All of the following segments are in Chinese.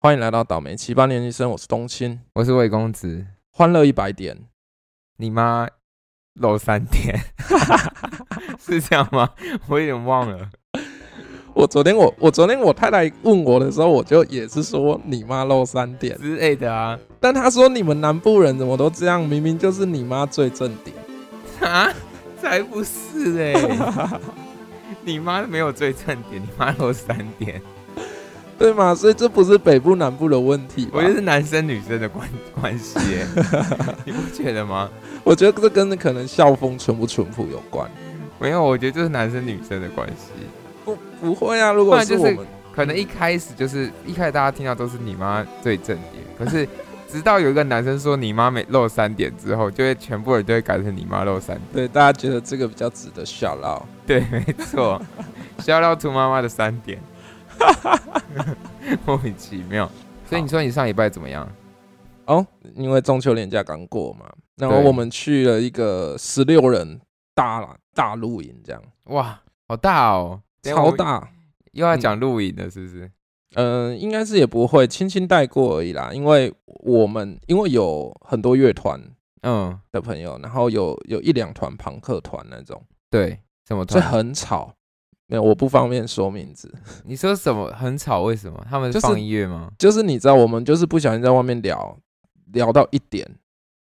欢迎来到倒霉七八年级生，我是冬青，我是魏公子，欢乐一百点，你妈漏三天，是这样吗？我有点忘了。我昨天我我昨天我太太问我的时候，我就也是说你妈漏三点，之类的啊但她说你们南部人怎么都这样，明明就是你妈最正点。啊，才不是哎、你妈没有最正点，你妈漏三点，对吗？所以这不是北部南部的问题吧，我觉得是男生女生的关关系耶、你不觉得吗？我觉得这跟可能校风淳不淳朴有关。没有，我觉得就是男生女生的关系，不不会啊，如不果然是就我是们，可能一开始就是一开始大家听到都是你妈最正点，可是直到有一个男生说你妈没漏三点之后，就会全部人都会改成你妈漏三点。对大家觉得这个比较值得 shout out。对，没错，笑到兔妈妈的三点， 莫名其妙。所以你说你上礼拜怎么样？哦，因为中秋连假刚过嘛，然后对我们去了一个十六人大大露营，这样哇，好大哦，等一下超，我大。又要讲露营了，是不是？嗯，应该是也不会轻轻带过而已啦，因为我们因为有很多乐团嗯，的朋友，然后有有一两团朋克团那种，对，什么所以团？很吵。没有，我不方便说名字。你说什么很吵？为什么？他们就是放音乐吗？就是你知道，我们就是不小心在外面聊聊到一点，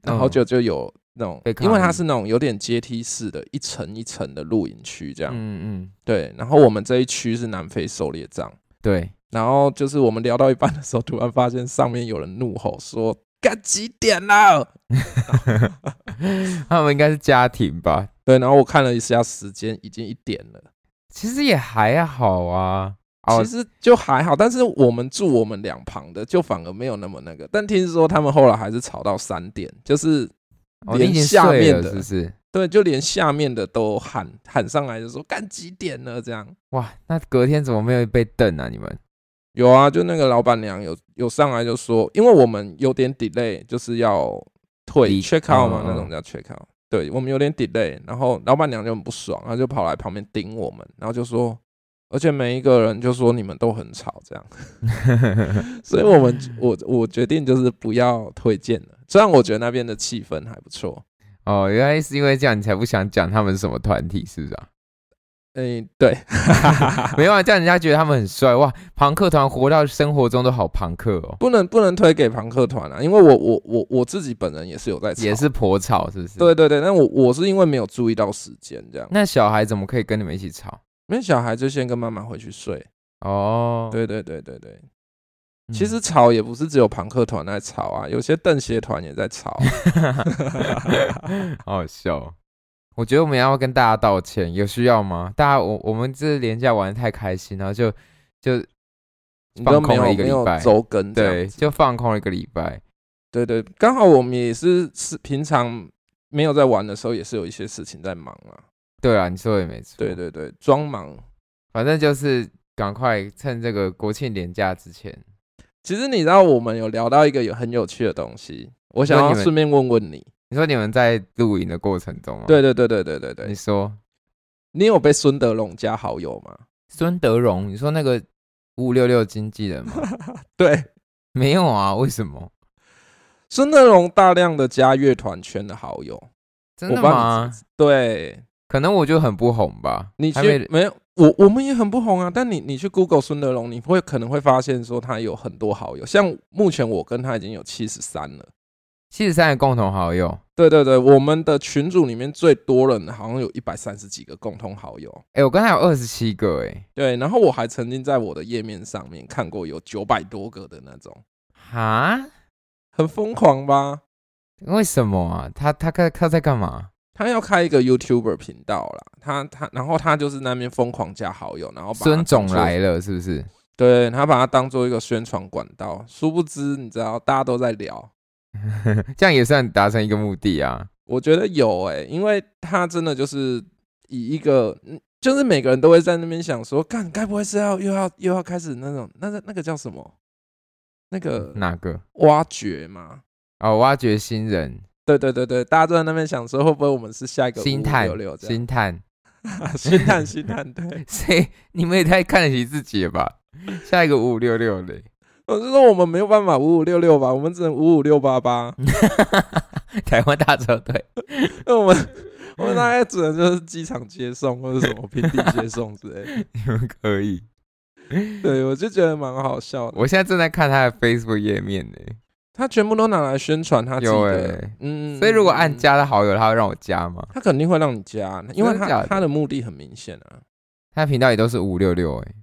然后嗯就就有那种被，抗因为它议是那种有点阶梯式的，一层一层的露营区这样。嗯嗯，对，然后我们这一区是南非狩猎帐，对， 然后就是我们聊到一半的时候，突然发现上面有人怒吼说：“干几点了他们应该是家庭吧？？”对，然后我看了一下时间，已经一点了。其实也还好啊。哦其，实就还好，但是我们住我们两旁的就反而没有那么那个。但听说他们后来还是吵到三点，就是哦你已连经下睡面了的、是不是？对，就连下面的都喊喊上来，就说干几点了这样。哇，那隔天怎么没有被瞪啊？你们？有啊，就那个老板娘有有上来就说，因为我们有点 delay，就是要退离 check out 嘛嗯，嗯那种叫 check out。对我们有点 delay，然后老板娘就很不爽，她就跑来旁边盯我们，然后就说，而且每一个人就说你们都很吵这样， 所以我们我我决定就是不要推荐了。虽然我觉得那边的气氛还不错，哦，原来是因为这样，你才不想讲他们是什么团体，是不是啊？诶、对，没有啊，这样人家觉得他们很帅哇！朋克团活到生活中都好朋克哦，不能不能推给朋克团啊，因为我我我我自己本人也是有在吵，也是婆吵是不是？。对对对，但我我是因为没有注意到时间这样。那小孩怎么可以跟你们一起吵？因为小孩就先跟妈妈回去睡。哦，对对对对对，嗯其实吵也不是只有朋克团在吵啊，有些邓协团也在吵 啊。好好笑哦。我觉得我们要跟大家道歉，有需要吗？大家，我我们这连假玩的太开心，然后就就你都没放空有了一个没有礼拜，周更这对，样子就放空了一个礼拜。对对，刚好我们也是是平常没有在玩的时候，也是有一些事情在忙啊。对啊，你说的也没错。对对对，装忙。反正就是赶快趁这个国庆连假之前，其实你知道，我们有聊到一个有很有趣的东西，我想那要你们顺便问问你。你说你们在露营的过程中吗？对对对对对对哦你对，说你有被孙德龙加好友吗？孙德荣，你说那个五五六六经纪人吗？对， 没有啊，为什么？孙德龙大量的加乐团圈的好友。真的我帮吗你？对，可能我就很不红吧。你还去没没有？我我们也很不红啊，但你你去 Google 孙德龙，你会可能会发现说他有很多好友，像目前我跟他已经有七十三了。七十三的共同好友。对对对，我们的群组里面最多人好像有一百三十几个共同好友。哎、我刚才有二十七个哎、对，然后我还曾经在我的页面上面看过有九百多个的那种，哈？很疯狂吧？为什么啊？他他他他在干嘛？他要开一个 YouTuber 频道啦，他他然后他就是那边疯狂加好友，然后把他孙总当作来了是不是？对他把它当做一个宣传管道，殊不知你知道大家都在聊，这样也算达成一个目的啊。我觉得有诶、因为他真的就是以一个，嗯就是每个人都会在那边想说，干该不会是要又要又要开始那种那个那个叫什么，那个哪个？挖掘嘛？哦，挖掘新人，对对对对，大家都在那边想说，会不会我们是下一个星探六六，这样？星探。 星探星探，对 谁？你们也太看得起自己了吧？下一个五五六六嘞， 我是说我们没有办法五五六六吧，我们只能五五六八八。嗯台湾大车 队，那我们我们大概只能就是机场接送或者什么平地接送之类的。你们可以。对，我就觉得蛮好笑的。我现在正在看他的 Facebook 页面呢、他全部都拿来宣传他自己有哎、的，嗯，所以如果按加的好友，他会让我加吗？他肯定会让你加，因为真的假他的他的目的很明显啊。他的频道也都是五六六哎，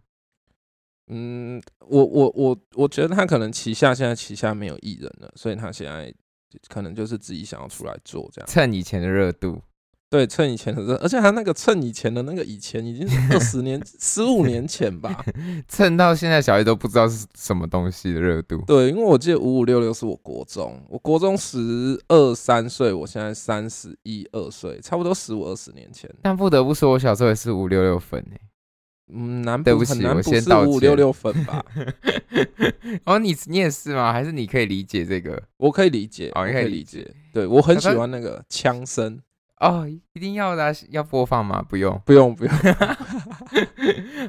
嗯，我我我我觉得他可能旗下现在旗下没有艺人了，所以他现在可能就是自己想要出来做这样。趁以前的热度。对，趁以前的这，而且他那个趁以前的那个以前已经是二十年、十五年前 吧。蹭到现在，小叶都不知道是什么东西的热度。对，因为我记得五五六六是我国中，我国中十二三岁，我现在三十一二岁，差不多十五二十年前。但不得不说，我小时候也是五六六粉哎、嗯，难对不很起难我不先是道五五六歉六分吧？ 哦，你你也是吗？还是你可以理解这个？我可以理解， 哦我你可可以以理理解。对我很喜可是欢那个枪声，哦，一定要的啊、要播放吗？不用。 不用不用，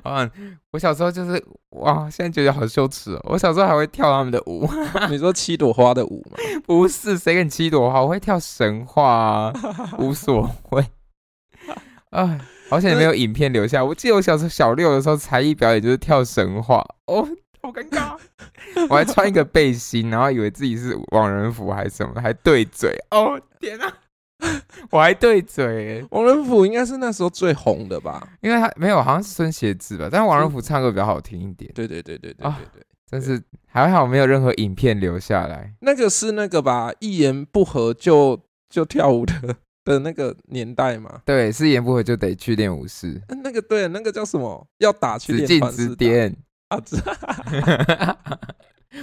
啊，我小时候就是哇，现在觉得好羞耻哦。我小时候还会跳他们的舞，你说七朵花的 舞嘛？不是谁跟你七朵花，我会跳神话啊，无所 谓。哎，好险没有影片留下。我记得我小时候小六的时候，才艺表演就是跳神话，哦，好尴 尬。我还穿一个背心，然后以为自己是王仁甫还是什么，还对嘴。哦，天啊！我还对嘴，王仁甫应该是那时候最红的吧？因为他没有，好像是孙协志吧，但王仁甫唱歌比较好听一点。对对对对对对啊对，但是还好没有任何影片留下来。那个是那个吧，一言不合就就跳舞的的那个年代嘛。对，是一言不合就得去练武士，嗯那个对，那个叫什么？要打去紫练禁团之式巅。打啊！这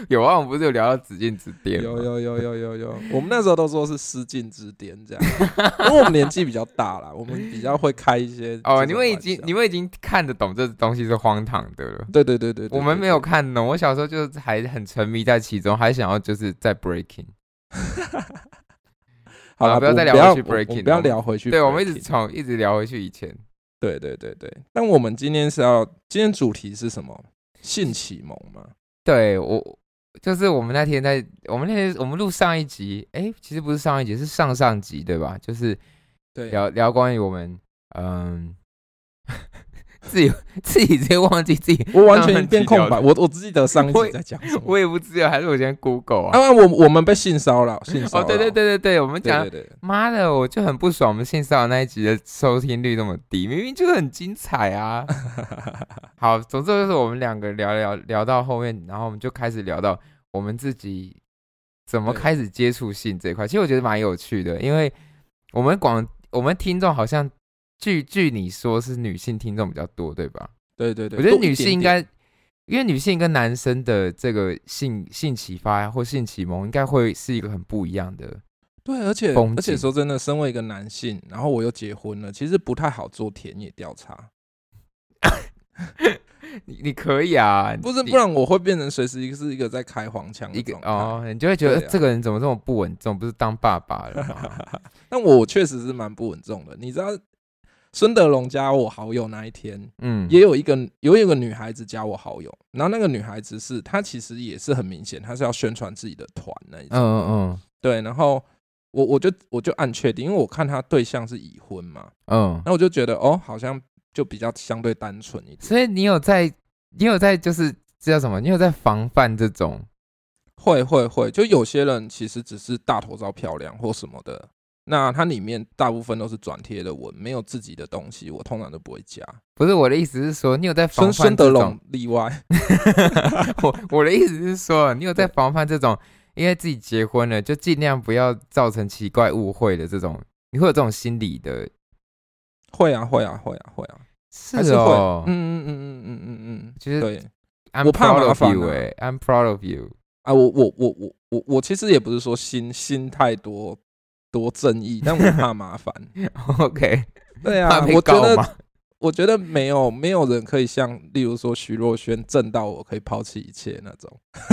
有啊，我们不是有聊到紫禁之巅吗？有有有有有 有，我们那时候都说是失禁之巅这样，因为我们年纪比较大啦，我们比较会开一些 哦，这你种们已玩经笑你们已经看得懂这东西是荒唐的了。对对对对，对我们对没 有看懂，我小时候就是还很沉迷在其中，还想要就是在 breaking。好了，好不要我再们聊回要去我们 breaking 不要了聊回去 breaking。对，我们一直从一直聊回去以前。对对对对。但我们今天是要，今天主题是什么？性启蒙嘛？对我就是我们那天在我们那天我们录上一集，哎，其实不是上一集，是上上集对吧？就是对，聊聊关于我们，嗯， 自己自己直接忘记自己，我完 全变空上白，上我我只记得上一集在讲什么。我也不知道，还是我先 Google 啊。啊，我我们被性骚扰，性骚哦，扰。对对对对对，我们对讲对，对妈的，我就很不爽，我们性骚扰那一集的收听率那么低，明明就很精彩 啊。好，总之就是我们两个聊聊聊到后面，然后我们就开始聊到我们自己怎么对开始接触性这一块。其实我觉得蛮有趣的，因为我们广我们听众好像据据你说是女性听众比较多，对吧？对对对，我觉得多一女性点应点该，因为女性跟男生的这个性性启发或性启蒙，应该会是一个很不一样的。对，而且风而且景说真的，身为一个男性，然后我又结婚了，其实不太好做田野调查，你你可以啊，不是你不然我会变成随时一个是一个在开黄腔的一个状态。哦，你就会觉得、对啊这个人怎么这么不稳重，不是当爸爸了 吗？但我确实是蛮不稳重的，你知道。孙德龙加我好友那一天，嗯，也有一个有一个女孩子加我好友，然后那个女孩子是她其实也是很明显，她是要宣传自己的团那一种。嗯嗯对，然后我我就我就按确定，因为我看她对象是已婚嘛，嗯嗯，那我就觉得哦，好像就比较相对单纯一点，所以你有在，你有在就是这叫什么？你有在防范这种？会会会，就有些人其实只是大头照漂亮或什么的，那它里面大部分都是转贴的文，没有自己的东西，我通常都不会加。不是我的意思是说，你有在孙防孙范德这种龙例外， 我我的意思是说，你有在防范这种，因为自己结婚了，就尽量不要造成奇怪误会的这种，你会有这种心理的，会啊会啊会啊会啊，是还是会，哦嗯，嗯嗯嗯嗯嗯嗯，就嗯是对 I'm 我怕麻 proud of 烦 you，啊哎、i m proud of you， 啊，我我我我我我其实也不是说心心太多多正义，但我怕麻 烦。 ，OK，对怕啊，被我觉告得 吗？我觉得没有没有人可以像，例如说徐若瑄正到我可以抛弃一切那种。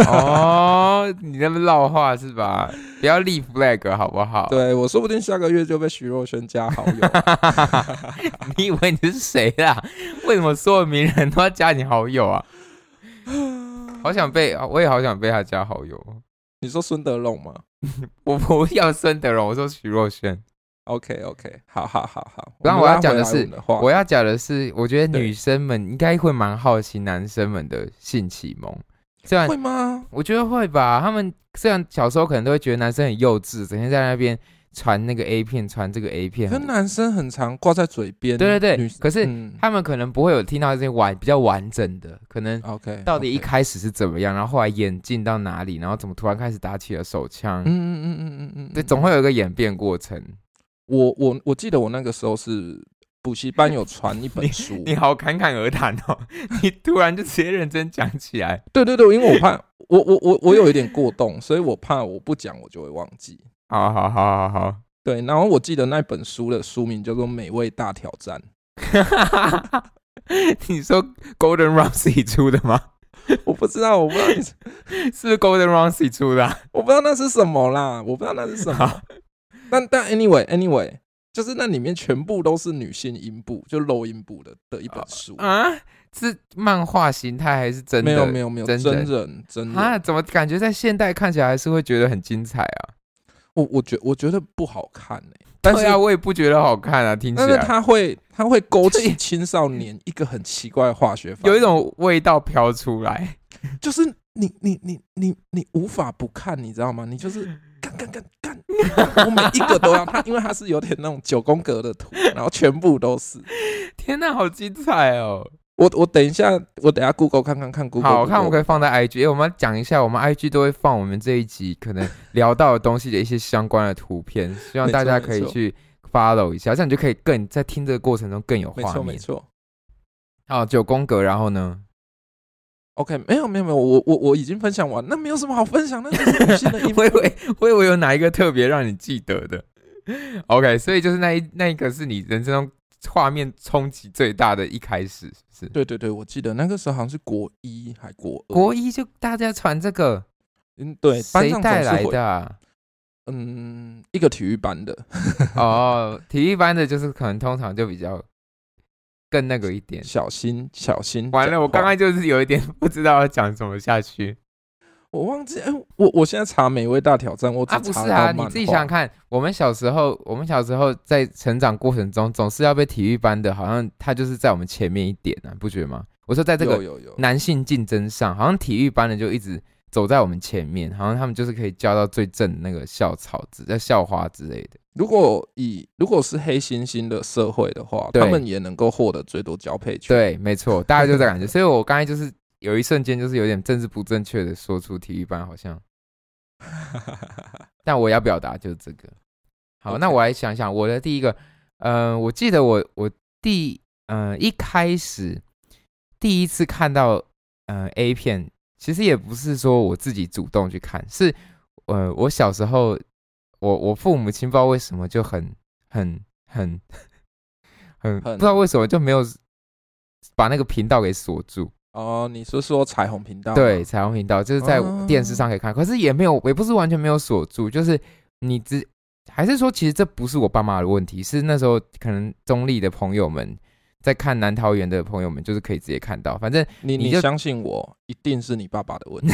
哦，你那么绕话是 吧？不要立 flag 好不好？，对我说不定下个月就被徐若瑄加好友。 你以为 你是谁啦？为什么所有名人都要加你好友啊？啊好想被，我也好想被他加好友。 你说孙德龙吗我不要孙德荣，我说徐若瑄。 ？OK OK，好好好好。不然们我要拉回讲的来是我们的话我要讲的是，我觉得对女生们应该会蛮好奇男生们的性启蒙。虽然会吗？我觉得会吧，他们虽然小时候可能都会觉得男生很幼稚，整天在那边传那个 A 片，传这个 A 片，跟男生很常挂在嘴边。对对啊女对。可是嗯他们可能不会有听到这些完比较完整的，可能 OK，到底一 OK 开始是怎么样，然后后来演进到哪里，然后怎么突然开始打起了手枪，嗯嗯嗯嗯嗯嗯，对，总会有一个演变过程。我我我记得我那个时候是补习班有传一本书， 你好侃侃而谈哦， 你突然就直接认真讲起来。对对对，因为我怕我我我我有一点过动，所以我怕我不讲我就会忘记。好好好好 好，对，然后我记得那本书的书名叫做《美味大挑战》， 你说 Golden Ramsey 出的吗？我不知道，我不知道你，是不是 Golden Ramsey 出的啊、我不知道那是什么啦，我不知道那是什么。但但 anyway anyway，就是那里面全部都是女性阴部，就露阴部的的一本书。啊？是漫画形态还是真没的？有没有没有，真真人人真人，啊，怎么感觉在现代看起来还是会觉得很精彩啊？我我觉我觉得不好看哎、但是对啊，我也不觉得好看啊，听起但是来它会它会勾对起青少年一个很奇怪的化学反应， 有一种味道飘出来。 就是你你你你你无法不看，你知道吗？你 就是干干干干，我每一个都要它，因为它是有点那种九宫格的图，然后全部都是。天哪，好精彩哦！我我等一下，我等一下 Google 看看看 Google，好，我看我可以。以放在 IG，、诶我们要讲一下，我们 IG 都会放我们这一集可能聊到的东西的一些相关的图 片，希望没错大家可以没错去 follow 一下，这样你就可以更在听这个过程中更有没画错没面。错好，九宫格，然后呢？ ，OK，没有没有没有，我我我已经分享完，那没有什么好分享，那就是女性 的一我以为我以为有哪一个特别让你记得的。OK，所以就是那一那一个是你人生中画面冲击最大的一开始，是不是？对对对，我记得那个时候好像是国一还国二，国一就大家传这个，嗯对，班谁上总带是来会的 啊、嗯，一个体育班的，哦，体育班的就是可能通常就比较更那个一点。小心小心。完了，我刚刚。刚就是有一点不知道要讲什么下去我忘记，哎、我我现在查《美味大挑战》，我啊！只不查是到啊，漫你自己画想想，看，我们小时候，我们小时候在成长过程中，总是要被体育班的，好像他就是在我们前面一点啊，不觉得吗？我说在这有个有有，男性竞争上，好像体育班的就一直走在我们前面，好像他们就是可以交到最正的那个校草之、叫校花之类的。如果以如果是黑猩猩的社会的话，对他们也能够获得最多交配权。对，没错，大家就这感觉。所以我刚才就是有一瞬间就是有点政治不正确的说出体育班好像。但我要表达就是这个。好 OK 那我来想想我的第一个，呃，我记得我我第呃一开始第一次看到呃 A 片，其实也不是说我自己主动去看，是呃我小时候我我父母亲不知道为什么就很很很 很不很知道为什么就没有把那个频道给锁住。 哦，你是说彩虹频道？对，，彩虹频道就是在哦电视上可以看，可是也没有，也不是完全没有锁住，就是你只还是说，其实这不是我爸妈的问题，是那时候可能中立的朋友们在看南桃园的朋友们，就是可以直接看到，反正 你你你就相信我，一定是你爸爸的问题。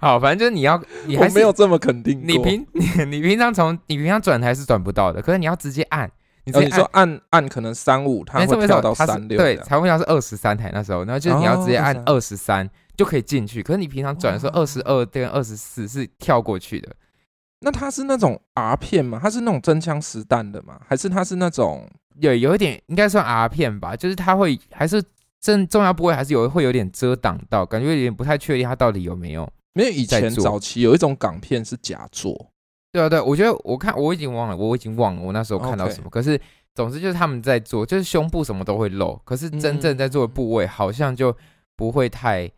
好，反正就是你要你我还是没有这么肯定过。你平你你平常从你平常转台是转不到的，可是你要直接按，你直哦，接你按说。按按可能三五，它没错会没跳错，到它是三六。哦对，财务票是二十三台那时候，然后就是你要直接按二十三就可以进去。可是你平常转的时候，哇二十二跟二十四是跳过去的。那它是那种 R 片吗？它是那种真枪实弹的吗？还是它是那种有有一点应该算 R 片吧，就是它会还是正重要部位还是有会有点遮挡到，感觉有点不太确定它到底有没有。没有以在前做早期有一种港片是假做，对啊对啊，我觉得我看我已经忘了，我已经忘了我那时候看到 OK 什么。可是总之就是他们在做，就是胸部什么都会露，可是真正在做的部嗯位好像就不会太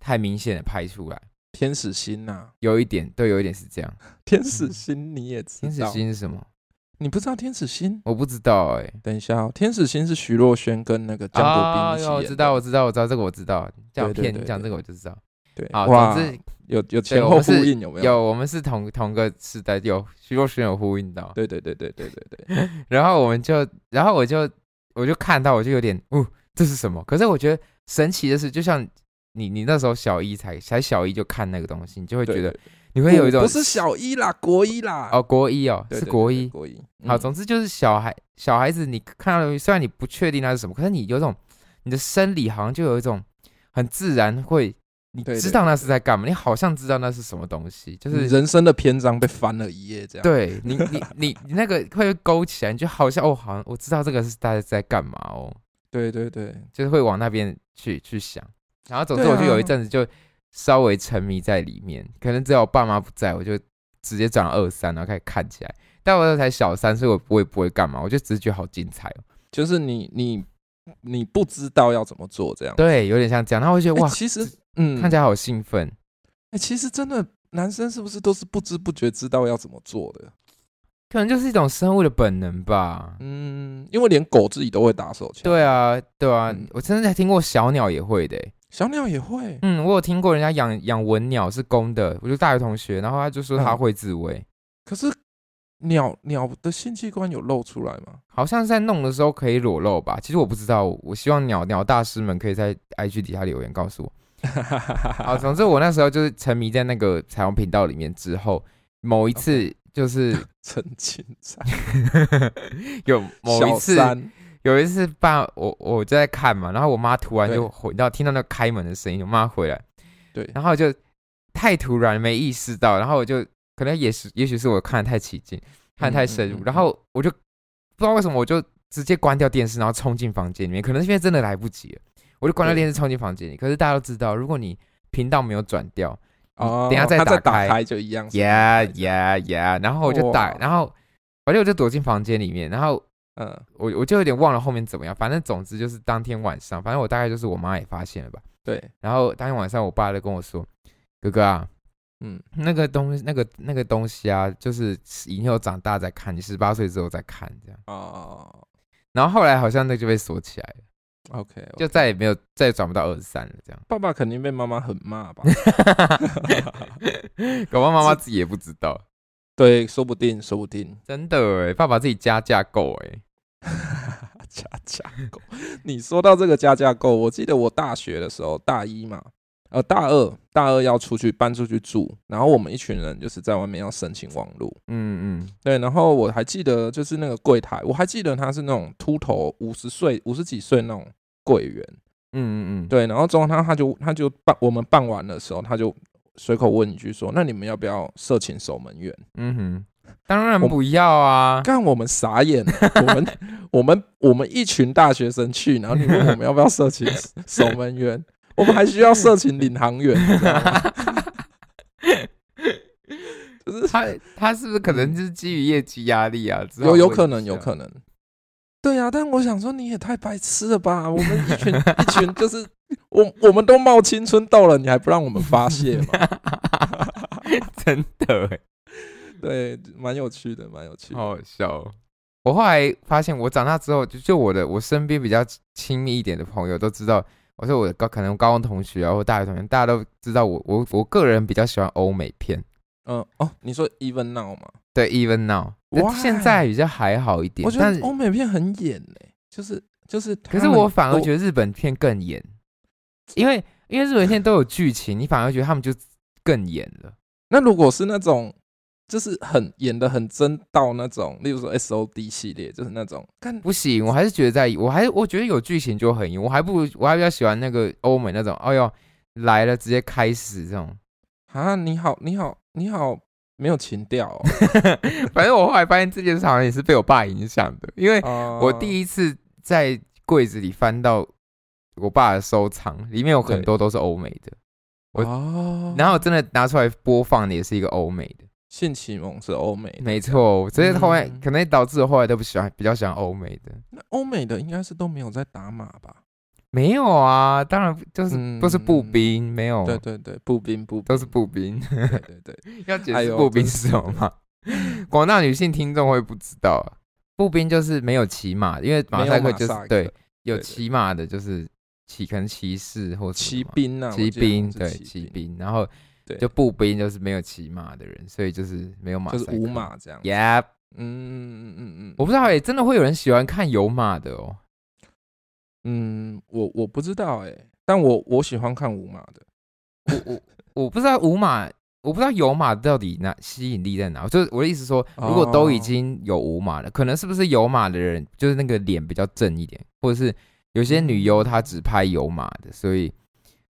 太明显的拍出来，天使心呐、有一点对，有一点是这样。天使心你也知道，嗯天使心是什么？你不知道天使心？我不知道哎、等一下、哦，天使心是徐若瑄跟那个江啊国斌一起哟演我的知道，我知道，我知道这个我知道，讲对对骗对你对讲这个我就知道。对，好，哇啊总之有有对前我后们呼是应有没有？有我们是同同个时代，有徐若瑄有呼应到，对对对对对对对，然后我们就，然后我就我就看到，我就有点，哦、这是什么？可是我觉得神奇的是，就像你你那时候小一才才小一就看那个东西，你就会对觉得对你会有一种不是小一啦，国一啦，哦国一哦对，是对国对一。国一。好，嗯总之就是小孩小孩子，你看到的虽然你不确定它是什么，可是你有一种你的生理好像就有一种很自然会，你对对知道那是在干嘛，你好像知道那是什么东西，就你是人生的篇章被翻了一页，这样。对你你你你那个会勾起来，你就好像哦，好像我知道这个是大家在干嘛哦，对对对就是会往那边去去想。然后总之对啊我就有一阵子就稍微沉迷在里面，可能只有我爸妈不在，我就直接转二三，然后开始看起来。但我那时候才小三，所以我不会不会干嘛，我就只是觉得好精彩哦。就是你你你不知道要怎么做这样。对，有点像这样。然后我就觉欸得哇，其实嗯，看起来好兴奋。哎、其实真的男生是不是都是不知不觉知道要怎么做的？可能就是一种生物的本能吧。嗯，因为连狗自己都会打手枪，对，啊，对啊嗯，我真的还听过小鸟也会的欸、小鸟也会。嗯，我有听过人家养养文鸟是公的，我就大学同学，然后他就说他嗯会自慰，可是鸟鸟的性器官有露出来 吗？好像是在弄的时候可以裸露吧。其实我不知道，我希望鸟鸟大师们可以在 IG 底下留言告 诉我。好，总之我那时候就是沉迷在那个彩虹频道里面之后，某一次 就是陈情在有某一小次三有一次爸，我我就在看嘛，然后我妈突然就对回到听到那个开门的声音，我妈回来，对然后就太突然没意识到，然后我就可能也是也许是我看的太起劲，看的太深入，嗯嗯嗯然后我就不知道为什么我就直接关掉电视，然后冲进房间里面，可能是因为真的来不及了，我就关掉对电视冲进房间里。可是大家都知道，如果你频道没有转掉哦，等一下再他再打打开开就一样是，yeah 打开 yeah yeah，然后我就打哇，然后反正我就躲进房间里面，然后嗯，我我就有点忘了后面怎么样，反正总之就是当天晚上，反正我大概就是我妈也发现了吧，对，然后当天晚上我爸就跟我说：“哥哥啊，嗯，那个东西，那个那个东西啊，就是以后长大再看，你十八岁之后再看这样。哦”然后后来好像那就被锁起来了， ，OK，, o 就再也没有再也转不到二十三了这样。 爸爸肯定被妈妈狠骂吧？搞不好妈妈自己也不知道，对，说不定，说不定真的哎，爸爸自己加架构哎， 加架构。你说到这个加架构，我记得我大学的时候，大一嘛，呃，大二，大二要出去搬出去住，然后我们一群人就是在外面要申请网路，嗯嗯，对，然后我还记得就是那个柜台，我还记得他是那种秃头五十岁、五十几岁那种柜员，嗯嗯嗯，对，然后之后他他就他就办我们办完的时候，他就随口问一句说：“那你们要不要设请守门员嗯哼，当然我不要 啊？”，干我们傻眼了，我们 我们我们一群大学生去，然后你问我们要不要设请守门 员，我们还需要设请领航员，你知道吗？他他是不是可能就是基于业绩压力啊？之后有有会可能，这有样可能。对呀、但我想说你也太白痴了吧！我们一 群一群就是我我们都冒青春痘了，你还不让我们发泄嘛？ 真的欸，对，蛮有趣的，蛮有趣的。好好笑、哦。我后来发现，我长大之后，就就我的我身边比较亲密一点的朋友都知道，我说我的高可能高中同学啊，或大学同学，大家都知道我我我个人比较喜欢欧美片，嗯哦，你说 Even Now 嘛？对，Even Now，但 Why？现在比较还好一点我，觉但得欧美片很演呢、就是就是他可们都。是我反而觉得日本片更演，因为因为日本片都有剧情，你反而觉得他们就更演了。那如果是那种就是很演的很真到那种，例如说 S O D 系列，就是那种看不行，我还是觉得在，我还我觉得有剧情就很硬，我还不如我还比较喜欢那个欧美那种，哎呦来了直接开始这种。 啊，你好，你好，你好，没有情调、 哦反正我后来发现这件事好像也是被我爸影响的，因为啊我第一次在柜子里翻到我爸的收藏，里面有很多都是欧美的，我哦，然后真的拿出来播放的也是一个欧美的。性启蒙是欧美的，没错，所以后来、哦嗯可能导致我后来都不喜欢，比较喜欢欧美的。那欧美的应该是都没有在打码吧？没有啊，当然就是、嗯都是步兵，没有，对对对，步兵步兵都是步兵。对对 对，要解哎释呦步兵是什么吗？ 广大女性听众会不知道啊，步兵就是没有骑马，因为马赛克没就有马克是对有对对骑马的，就是骑可能骑士或什骑么嘛兵啊，骑我记得好像兵是对骑骑，兵，然后对就步兵就是没有骑马的人，所以就是没有马就赛是克无。码这样。 Yep，嗯嗯嗯嗯嗯，我不知道哎、真的会有人喜欢看有马的哦。嗯，我我不知道哎、但我我喜欢看五马的，我我我 不知道五马，我不知道有马到底哪吸引力在哪。就是我的意思说，如果都已经有五马了，可能是不是有马的人就是那个脸比较正一点，或者是有些女优她只拍有马的，所以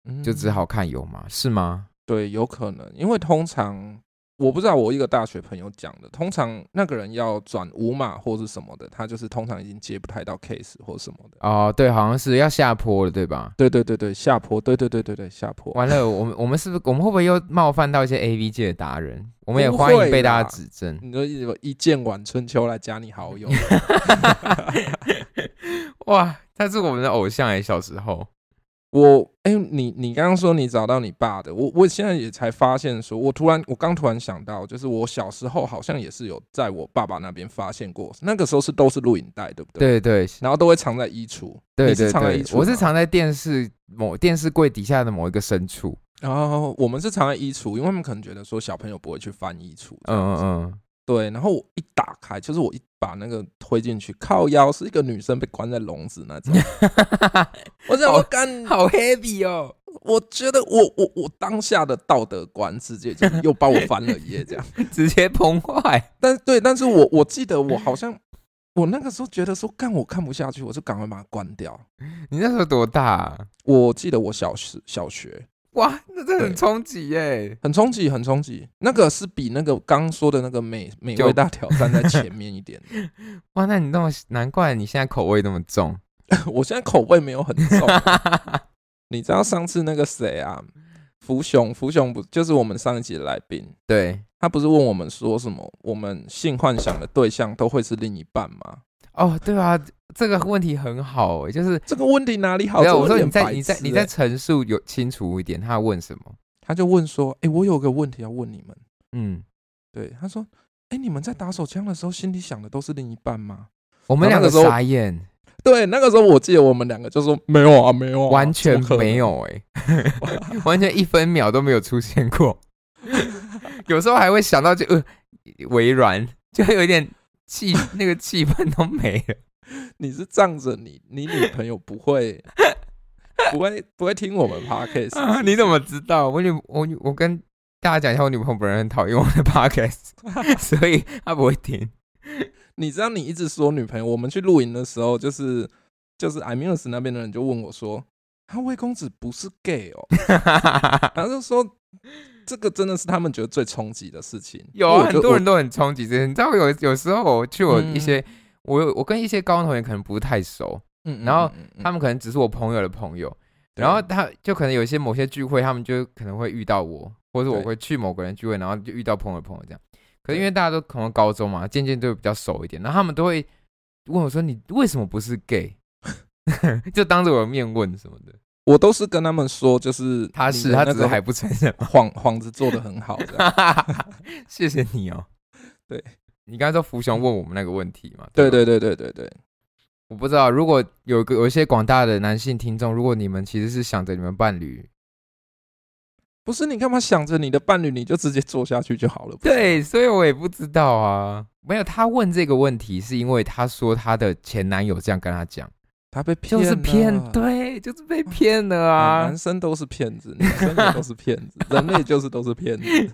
嗯就只好看有马，是吗？对，有可能，因为通常我不知道，我一个大学朋友讲的，通常那个人要转五马或是什么的，他就是通常已经接不太到 case 或什么的。哦，对，好像是要下坡了，对吧？对对对对，下坡，对对对对对，下坡。完了，我们 我们是不是我们会不会又冒犯到一些 A V 界的达人？我们也欢不会迎啦被大家指 正。你就一一剑晚春秋来加你好友，哇，他是我们的偶像哎，小时候。我哎、你你刚刚说你找到你爸的，我我现在也才发现说，我突然我刚突然想到，就是我小时候好像也是有在我爸爸那边发现过，那个时候是都是录影带，对不对？对。对对然后都会藏在衣橱，对你是对藏在衣对，橱吗，我是藏在电视某电视柜底下的某一个深处。然后我们是藏在衣橱，因为他们可能觉得说小朋友不会去翻衣橱，嗯嗯嗯，嗯对。然后我一打开，就是我一把那个推进去，靠腰是一个女生被关在笼子那 种，我想我好干嗯，，好 heavy 哦。我觉得我我我当下的道德观直接就又把我翻了一页这样。 直接崩坏。但对，但是我我记得我好像我那个时候觉得说干我看不下去，我就赶快把它关掉。你那时候多大啊、我记得我小时小学哇，那这对很冲击耶！很冲击，很冲击。那个是比那个刚说的那个美美就味大挑战在前面一点。哇，那你那么难怪你现在口味那么重。 我现在口味没有很重。啊 你知道上次那个谁啊，福雄，福雄不就是我们上一集的来宾？对，他不是问我们说什么，我们性幻想的对象都会是另一半吗？哦，对啊，这个问题很好耶，就是这个问题哪里好？没有这我说有点你在白你在痴你在欸，陈述有清楚一点，他问什么？他就问说：“哎、我有个问题要问你们。嗯，”对，他说：“哎、你们在打手枪的时候，心里想的都是另一半吗我们然两后那个个时候傻眼，？” 对，那个时候我记得我们两个就说：“没有啊，没有啊、完全怎么可能没。有哎， 完全一分秒都没有出现 过。有时候还会想到就呃微软，就有一点 气那个气氛都没了。你是仗着你你女朋友不会不会不会听我 们 podcast，、啊！你怎么知道？我女我女我跟大家讲一下，我女朋友本人很讨厌我 的 podcast，所以她不会听。你知道你一直说女朋友，我们去露营的时候，就是就是 i m u s 那边的人就问我说，他魏公子不是 gay 哦， 然后就说这个真的是他们觉得最冲击的事情。有啊，我很就多人我都很冲击这些。你知道有有时候我去我嗯一些、我有我跟一些高中同学可能不太熟，嗯然后嗯嗯嗯他们可能只是我朋友的朋友，对啊然后他就可能有一些某些聚会，他们就可能会遇到我，或者我对会去某个人聚会，然后就遇到朋友的朋友这样。可是因对为大家都可能高中嘛，渐渐都比较熟一点，然后他们都会问我说：“你为什么不是 gay？” 就当着我的面问什么的。我都是跟他们说，就是他你是的他那只是个还不承 认。幌幌子做的很好这样 谢谢你哦。对，你刚才说福雄问我们那个问题嘛？对吧对对对对对，我不知道，如果有个有一些广大的男性听众，如果你们其实是想着你们伴侣，不是你干嘛想着你的伴侣，你就直接做下去就好了。不是吗，对，所以我也不知道啊。没有，他问这个问题是因为他说他的前男友这样跟他讲，他被骗就了，是骗，对，就是被骗了啊，啊男生都是骗子，女生也都是骗子，人类就是都是骗子。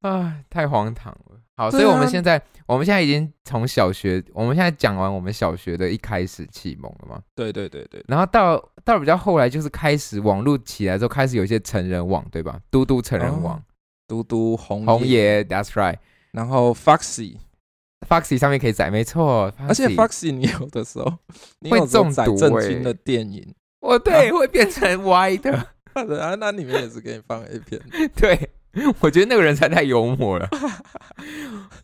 啊，太荒唐了。好，对所以我们啊现在，我们现在已经从小学，我们现在讲完我们小学的一开始启蒙了嘛？对对对对，然后到到比较后来，就是开始网络起来之后，开始有一些成人网，对吧？嘟嘟成人网，嘟嘟红红爷，That's right，Foxy 然后 Foxy，上面可以载，没错。而且 Foxy， Foxy 你有的时候，你会有时候中载毒震欸惊的电影，哦，对，会变成歪的，啊，那里面也是给你放 A 片。 对。我觉得那个人才太幽默了，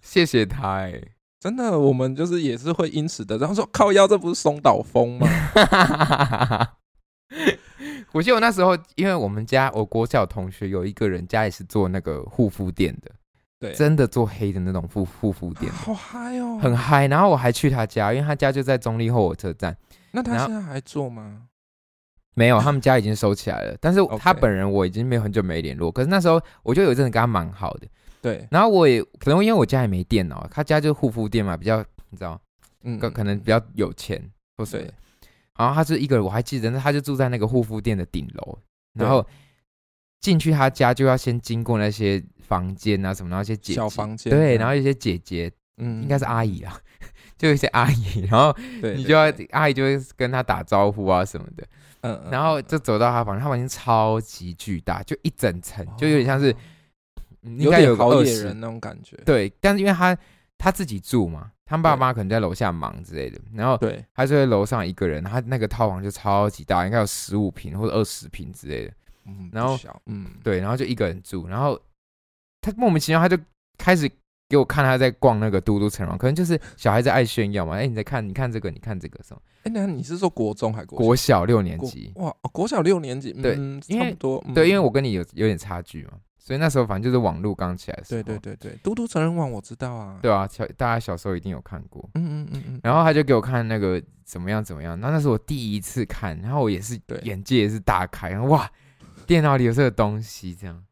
谢谢他哎、真的，我们就是也是会因此的，然后说靠腰，这不是松岛枫吗？我记得我那时候，因为我们家我国小同学有一个人家也是做那个护肤店的，对，真的做黑的那种护护肤店，好嗨哦！很嗨。然后我还去他家，因为他家就在中立后火车站。那他然后现在还做吗？没有，他们家已经收起来了。但是 OK 他本人我已经没有很久没联络。可是那时候我就有一阵子跟他蛮好的。对，然后我也可能因为我家也没电脑，他家就是护肤店嘛，比较你知道，嗯可可能比较有钱或什么的对。然后他就一个人，我还记得，那他就住在那个护肤店的顶楼，对然后进去他家就要先经过那些房间啊什么，然后一些姐姐小房间这对，样然后一些姐姐嗯应该是阿姨啦， 就一些阿姨，然后对，你对就要对阿姨就会跟他打招呼啊什么的，嗯，嗯然后就走到他房间，他房间超级巨大，就一整层，就有点像是哦嗯应有该点有个好二野十人那种感觉，对，但是因为他他自己住嘛，他爸对妈可能在楼下忙之类的，然后对，他就在楼上一个人，他那个套房就超级大，应该有十五平或者二十平之类的，嗯，然不后小嗯，对，然后就一个人住，然后他莫名其妙他就开始给我看他在逛那个嘟嘟城隍，可能就是小孩子爱炫耀嘛，哎、你在看你看这个你看这个什么，哎，那你是说国中还国国小小六年国级，哇，哦国小六年级，对嗯，因差为不多，嗯对，因为我跟你有有点差距嘛，所以那时候反正就是网络刚起来的时候，对对对对，嘟嘟成人网我知道啊，对啊，小大家小时候一定有看过，嗯，嗯嗯嗯嗯，然后他就给我看那个怎么样怎么样，那那是我第一次看，然后我也是对眼界也是大开，然后哇，电脑里有这个东西这样，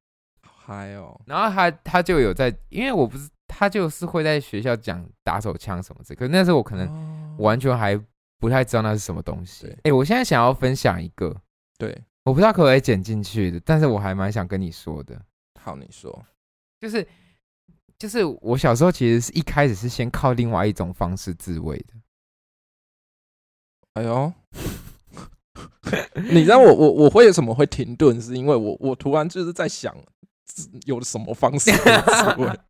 嗨哦，然后他他就有在，因为我不是他就是会在学校讲打手枪什么这，可是嗯那时候我可能能完全还不太知道那是什么东西哦对。哎，我现在想要分享一个，对，我不知道可不可以剪进去的，但是我还蛮想跟你说的，好，你说，就是就是我小时候其实是一开始是先靠另外一种方式自慰的。哎呦， 你知道我我我会什么会停顿，是因为我我突然就是在想。有什么方式可以自 慰？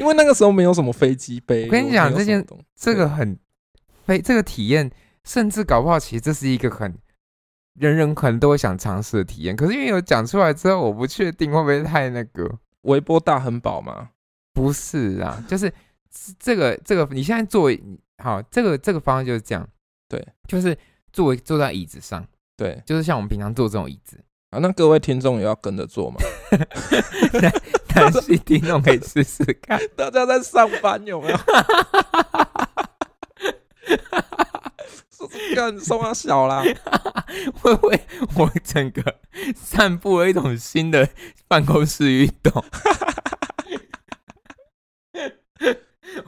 因为那个时候没有什么飞机杯。我跟你讲没有这件什么东西，这个很非这个体验，甚至搞不好其实这是一个很人人可能都会想尝试的体验。可是因为有讲出来之后，我不确定会不会太那个。微波大亨堡嘛，不是啊，就是这个这个，你现在坐好这个这个方案就是这样，对，就是坐坐在椅子上，对就是像我们平常坐这种椅子。啊，那各位听众也要跟着 做嘛。但是听众可以试试看，大家在上班有没有？ 说是干送他小啦，会不会我整个散布了一种新的办公室运动？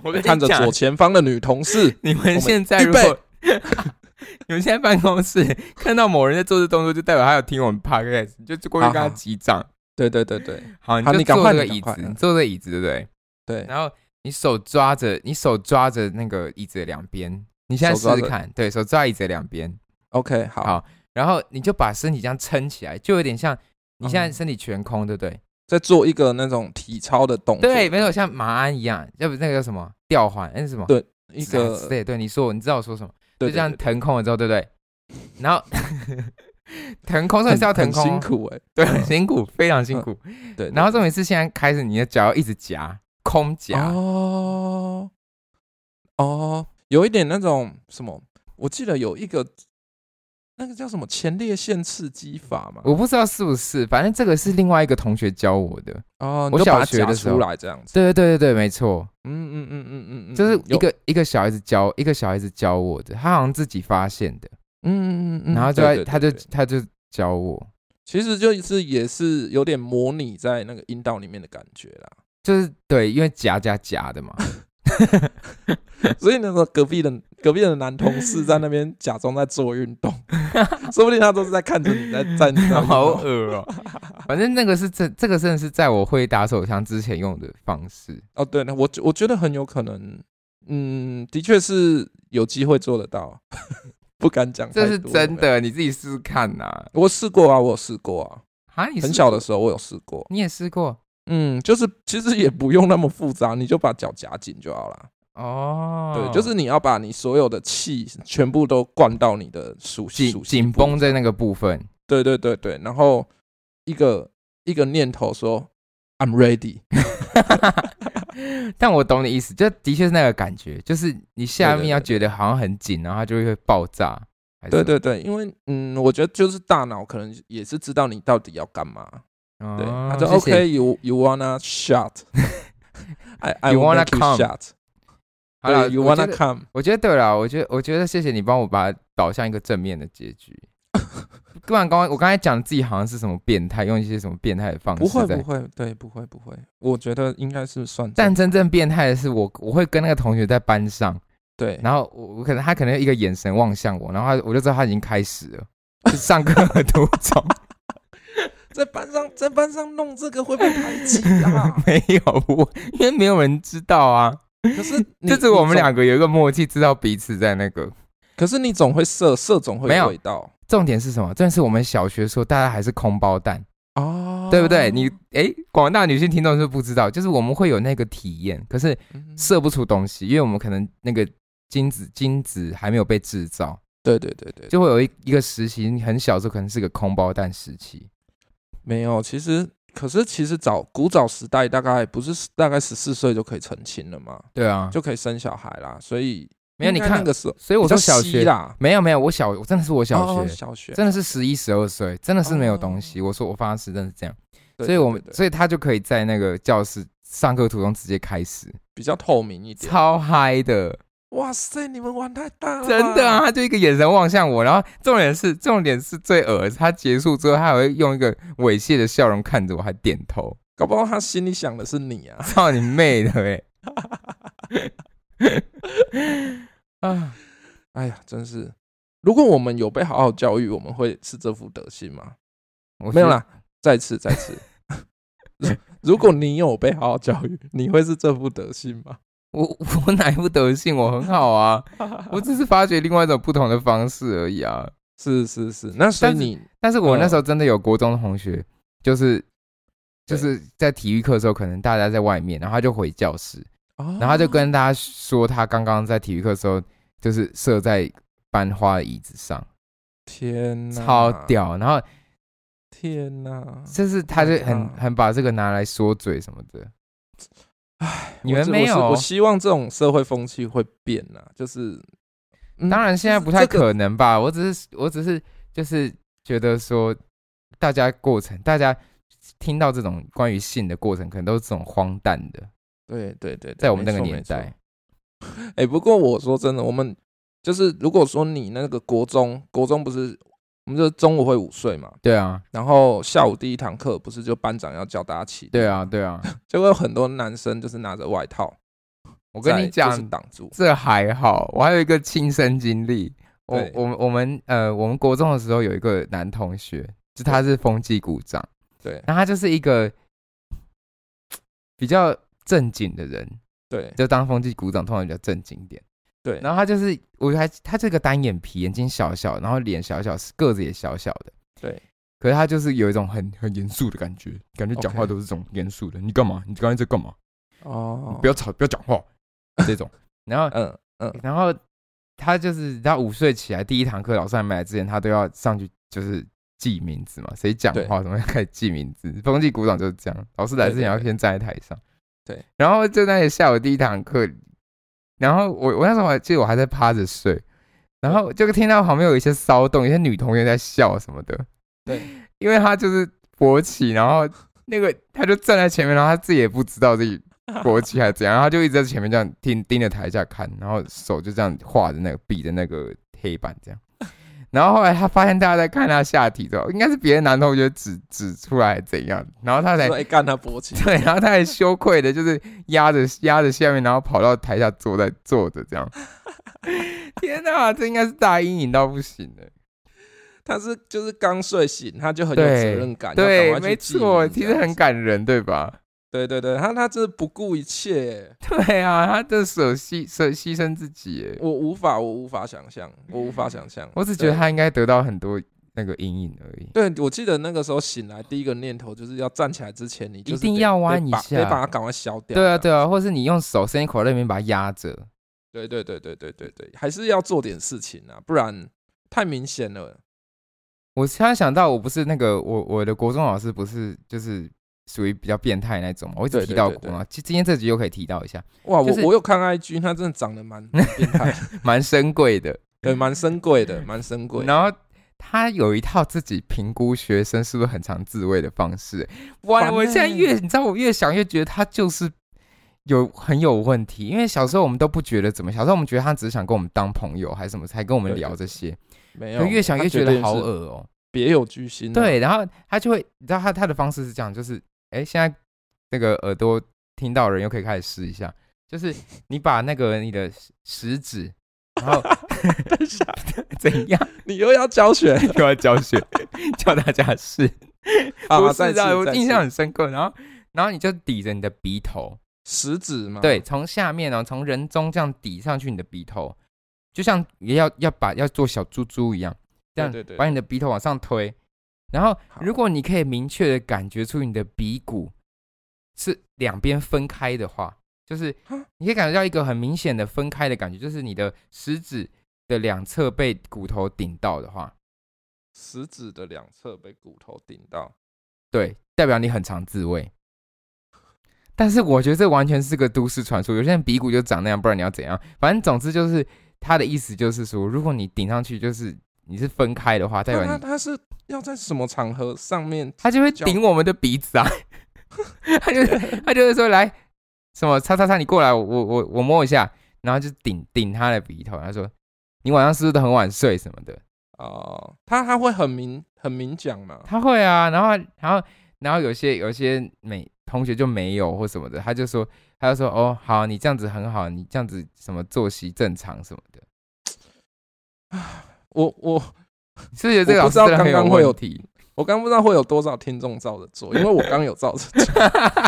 我跟你看着讲左前方的女同事，你们现在我们如果你们现在办公室看到某人在做这动作，就代表他有听我们 podcast，你就过去啊跟他击掌。对对对对好，好就你赶坐快这个你椅赶子，快你嗯坐这个椅子对不对？对，然后你手抓着，你手抓着那个椅子的两边，你现在试手抓试着看，对手抓椅子的两边， OK，好，好然后你就把身体这样撑起来，就有点像你现在嗯身体全空，对不对？再做一个那种体操的动作，对，没有像马鞍一样，要不那个叫什么吊环，哎那是什么？对一之个类的对，你说我，你知道我说什么？对就这样对对腾空了之后，对不对？然后 腾空，真的很是要腾很空哦，辛苦哎，对，很辛苦，非常辛苦。对，然后重点是现在开始，你的脚要一直夹，空夹，哦哦，有一点那种什么，我记得有一个那个叫什么前列腺刺激法嘛，我不知道是不是，反正这个是另外一个同学教我的。哦，你我就把小它学夹的时出候来这样子，对对对对对，没错，嗯嗯嗯嗯嗯嗯，就是一有个一个小孩子教一个小孩子教我的，他好像自己发现的，嗯嗯嗯，然后就对在对他对就对他就教我，其实就是也是有点模拟在那个阴道里面的感觉啦。就是对，因为夹夹夹的嘛，所以那个隔壁的隔壁的男同事在那边假装在做运动，说不定他都是在看着你在在你 那运动 好恶哦、反正那个是这这个真的是在我会打手枪之前用的方式，哦，对，那我我觉得很有可能，嗯，的确是有机会做得到， 不敢讲，这是真。的，你自己试试看呐、啊。我试过啊，我有试过啊，你很试小的时候我有试过，你也试过嗯，就是其实也不用那么复杂，你就把脚夹紧就好啦。哦？对，就是你要把你所有的气全部都灌到你的属紧属性紧部绷在那个部分，对对对对，然后一个一个念头说 I'm ready，但我懂你意思，就的确是那个感觉，就是你下对对面对要觉得好像很紧，然后它就会爆炸。还是对什么，对对，因为嗯，我觉得就是大脑可能也是知道你到底要干嘛，对，哦他就谢谢 OK you you wanna shot。I I You wanna wanna make you come shot，好了对，You 我觉 wanna 得 come？我觉得对了，我觉得我觉得谢谢你帮我把它导向一个正面的结局。不然刚刚我刚才讲自己好像是什么变态，用一些什么变态的方式不会在不会，对，不会不会，我觉得应该是算正。但真正变态的是我，我会跟那个同学在班上，对，然后我我可能他可能一个眼神望向我，然后他我就知道他已经开始了，就上课的途中 在班上在班上弄这个会被排挤 。啊没有，不因为没有人知道啊，可是你就是我们，你两个有一个默契，知道彼此在那个。总可是你总会射射总会没有味道重点是什么？重点是我们小学时候大家还是空包蛋，哦对不对？你哎，广大女性听众是不知道，就是我们会有那个体验，可是嗯射不出东西，因为我们可能那个精子精子还没有被制造，对对对对，就会有一一个时期，你很小的时候可能是个空包蛋时期。没有。其实可是其实早古早时代大概不是大概十四岁就可以成亲了嘛，对啊，就可以生小孩啦，所以没有你应该看那个时候，所以我说小比较稀学啦，没有没有，我小我真的是我小学，哦小学哦真的是十一十二岁，真的是没有东西。我说我发誓，真的是这样，所以我们对对对所以他就可以在那个教室上课途中直接开始，比较透明一点。超嗨的，哇塞，你们玩太大了吧，真的啊！他就一个眼神望向我，然后重点是重点是最恶，他结束之后他还会用一个猥亵的笑容看着我，还点头，搞不好他心里想的是你啊。操你妹的哎、 啊，哎呀，真是，如果我们有被好好教育，我们会是这副德行吗？我没有觉得啦，再次再 次。如果你有被好好教育，你会是这副德行吗？我我哪一副德性？我很好啊， 我只是发掘另外一种不同的方式而已啊。是是是，那所以但是你但是我那嗯时候真的有国中的同学，就是就是在体育课的时候，可能大家在外面，然后他就回教室，哦然后他就跟大家说，他刚刚在体育课的时候就是射在班花的椅子上，天哪，超！屌。然后天哪，就是他就很嗯很把这个拿来说嘴什么的。唉，你我们是没我是有哦我？希望这种社会风气会变啊，就是，嗯当然现在就是不太这个可能吧。我只是我只是就是觉得说，大家过程，大家听到这种关于性的过程，可能都是这种荒诞的。对对对，对在我们那个没错年代，哎、诶不过我说真的，我们就是如果说你那个国中，国中不是我们就是中午会午睡嘛，对啊，然后下午第一堂课不是就班长要教大家起，对啊，对啊。就会有很多男生就是拿着外套，我我跟你就讲是，挡住，这还好，我还有一个亲身经历。我对我们我们呃，我们国中的时候有一个男同学，就他是风纪股长，对然后他就是一个比较正经的人，对就当风纪股长通常比较正经一点。对，然后他就是，我还他这个单眼皮，眼睛小小，然后脸小小，个子也小小的。对。可是他就是有一种很很严肃的感觉，感觉讲话 OK 都是这种严肃的。你干嘛？你刚才在干嘛？哦你不要吵，不要讲话，这种。然后，嗯嗯，然后他就是他午睡起来第一堂课，老师还没来之前，他都要上去就是记名字嘛，谁讲话什么要开始记名字。风纪鼓掌就是这样，老师来之前对对要对先站在台上。对，然后就那个下午第一堂课，然后我我那时候还记得我还在趴着睡，然后就听到旁边有一些骚动，有些女同学在笑什么的。对，因为他就是勃起，然后那个他就站在前面，然后他自己也不知道自己勃起还是怎样，然后他就一直在前面这样盯盯着台下看，然后手就这样画着那个比着那个黑板这样。然后后来他发现大家在看他下体之后，应该是别的男同学指指出来怎样，然后他才说哎干他脖颈，对，然后他还羞愧的，就是压着压着下面，然后跑到台下坐在坐着这样。 天哪，这应该是大阴影到不行的。他是就是刚睡醒，他就很有责对任感，啊要对，赶快没去记错，名其这实样很子感人，对吧？对对对，他他真的不顾一切，对啊，他这舍牺舍牺牲自己耶，我无法，我无法想象，我无法想象。我只觉得他应该得到很多那个阴影而已。对，对我记得那个时候醒来第一个念头就是要站起来之前，你就是一定得要弯得一把下得把它赶快消掉。对啊，这对样啊，或是你用手伸进口袋里面把它压着。对对对对对对对，还是要做点事情啊，不然太明显了。我突然想到，我不是那个我我的国中老师不是就是属于比较变态那种嘛，我一直对提对到对过对嘛。其实今天这集又可以提到 一下，哇，就是我我有看 IG，他真的长得 蛮变态的，蛮珍贵的。对，蛮珍贵的，蛮珍贵的。然后他有一套自己评估学生是不是很常自慰的方式。哇，烦我现在欸越你知道，我越想越觉得他就是有很有问题。因为小时候我们都不觉得怎么，小时候我们觉得他只是想跟我们当朋友还是什么，才跟我们对聊对这些。没可有，越想他越绝觉得对好是恶哦、别有居心啊。对，然后他就会，你知道他他的方式是这样，就是哎，现在那个耳朵听到的人又可以开始试一下，就是你把那个你的食食指，然 后 怎样你又要教学又要教学， 教大家试，啊？不再是次的，我再印次象很深刻。然后，然后你就抵着你的鼻头，食指嘛，对，，从下面哦，从人中这样抵上去你的鼻头，就像也要要把要做小猪猪一样，这样对对对把你的鼻头往上推。然后，好如果你可以明确的感觉出你的鼻骨是两边分开的话，就是哈你可以感觉到一个很明显的分开的感觉，就是你的食指的两侧被骨头顶到的话，食指的两侧被骨头顶到，对，代表你很常自慰。但是我觉得这完全是个都市传说，有些人鼻骨就长那样，不然你要怎样？反正总之就是他的意思就是说，如果你顶上去就是你是分开的话，代那表他你他是要在什么场合上面？他就会顶我们的鼻子啊，他就他就会说来什么叉叉叉，你过来，我我我摸一下，然后就顶顶他的鼻头，他说你晚上是不是都很晚睡什么的？哦，他他会很明很明讲嘛，他会啊，然后然后然后有些有些美同学就没有或什么的，他就说他就说哦好，你这样子很好，你这样子什么作息正常什么的，我我你是不是觉得这我个老不师知道真的很刚刚会有问题？ 我刚不知道会有多少听众照着做，因为我刚有照着做，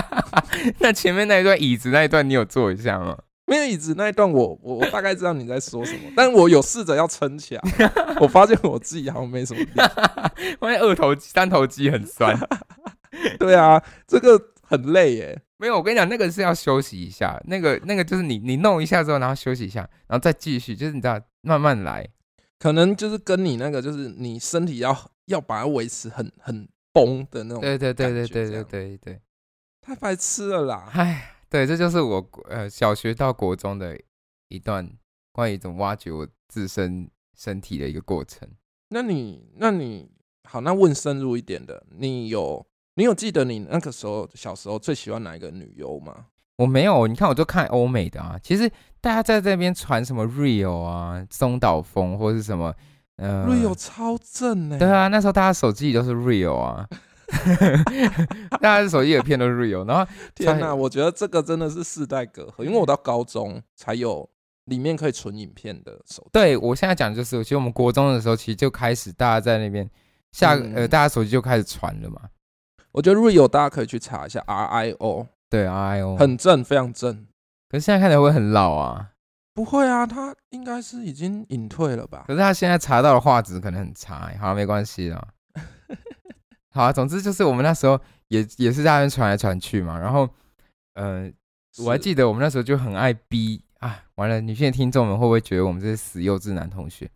那前面那一段椅子那一段你有做一下吗？ 没有椅子那一段我，我我大概知道你在说什么，但我有试着要撑 起来，我发现我自己好像没什么力。发现二头肌、三头肌很酸。对啊，这个很累耶。没有，我跟你讲，那个是要休息一下，那个那个就是你你弄一下之后，然后休息一下，然后再继续，就是你知道慢慢来。可能就是跟你那个，就是你身体要要把它维持很很崩的那种。对对对对感觉对这对样对对。太白痴了啦！ 唉，对，这就是我国呃小学到国中的一段关于一种挖掘我自身身体的一个过程。那你那你好，那问深入一点的，你有你有记得你那个时候小时候最喜欢哪一个女优吗？我没有，你看我就看欧美的啊。其实大家在这边传什么 real 啊、松岛枫或是什么呃瑞友超正呢、对啊，那时候大家手机里都是 real 啊， 大家手机的片都是 real，然后天哪、我觉得这个真的是世代隔阂，因为我到高中才有里面可以存影片的手机。对我现在讲的就是，其实我们国中的时候，其实就开始大家在那边下、嗯呃，大家手机就开始传了嘛。我觉得 Rio 大家可以去查一下 R I O，对，哎呦，很正，非常正。可是现在看起来会很老啊。不会啊，他应该是已经隐退了吧可？是他现在查到的画质可能很差、欸，好，没关系啦。好、啊，总之就是我们那时候也也是在那边传来传去嘛，然后，呃，我还记得得我们那时候就很爱逼啊，完了，女性的听众们会不会觉得我们这些死幼稚男同学？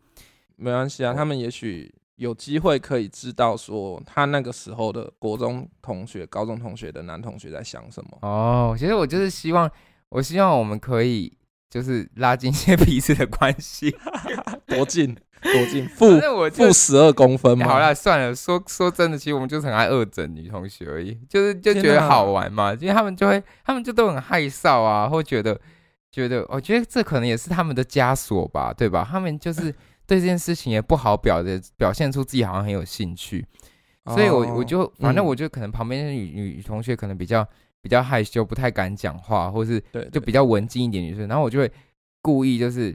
没关哦系啊，他们也许有机会可以知道说他那个时候的国中同学、高中同学的男同学在想什么。哦，其实我就是希望，我希望我们可以就是拉近一些彼此的关系。多 近，多近，反负正我就负十二公分哎吗？好了，算了，说说真的，其实我们就是很爱恶整女同学而已，就是就天觉得哪好玩嘛，因为他们就会，他们就都很害臊啊，或觉得觉得，我觉得这可能也是他们的枷锁吧，对吧？他们就是哎对这件事情也不好表的表现出自己好像很有兴趣，哦，所以我我就反正嗯我就可能旁边的女女女同学可能比较比较害羞，不太敢讲话，或是对就就比较文静一点的女生，然后我就会故意就是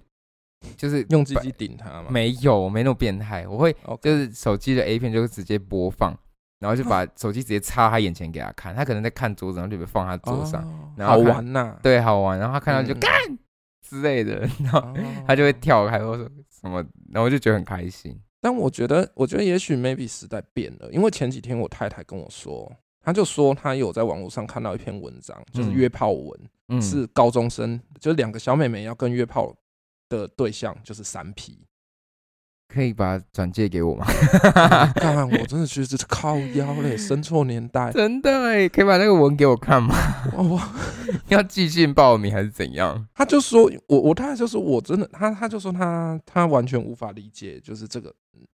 就是用鸡鸡顶他嘛。没有我没那么变态，我会。 OK，就是手机的 A 片就是直接播放，然后就啊把手机直接插他眼前给他看，他可能在看桌子，然后就被放他桌上，哦然好后看玩呐。对，好玩，然后他看到就嗯干、之类的，然后哦他就会跳开或者什么，然后我就觉得很开心。 但我觉得，我觉得也许 maybe 时代变了，因为前几天我太太跟我说，她就说她有在网络上看到一篇文章，就是嗯约炮文，嗯，是高中生，就是两个小妹妹要跟约炮的对象就是三 P。可以把它转借给 我吗？看，我真的觉得这是靠腰嘞，生错年代。真的哎，可以把那个文给我看吗？ 我我要寄信报名还是怎样？她就说，我我太太就说，我真的，她她就说她她完全无法理解，就是这个，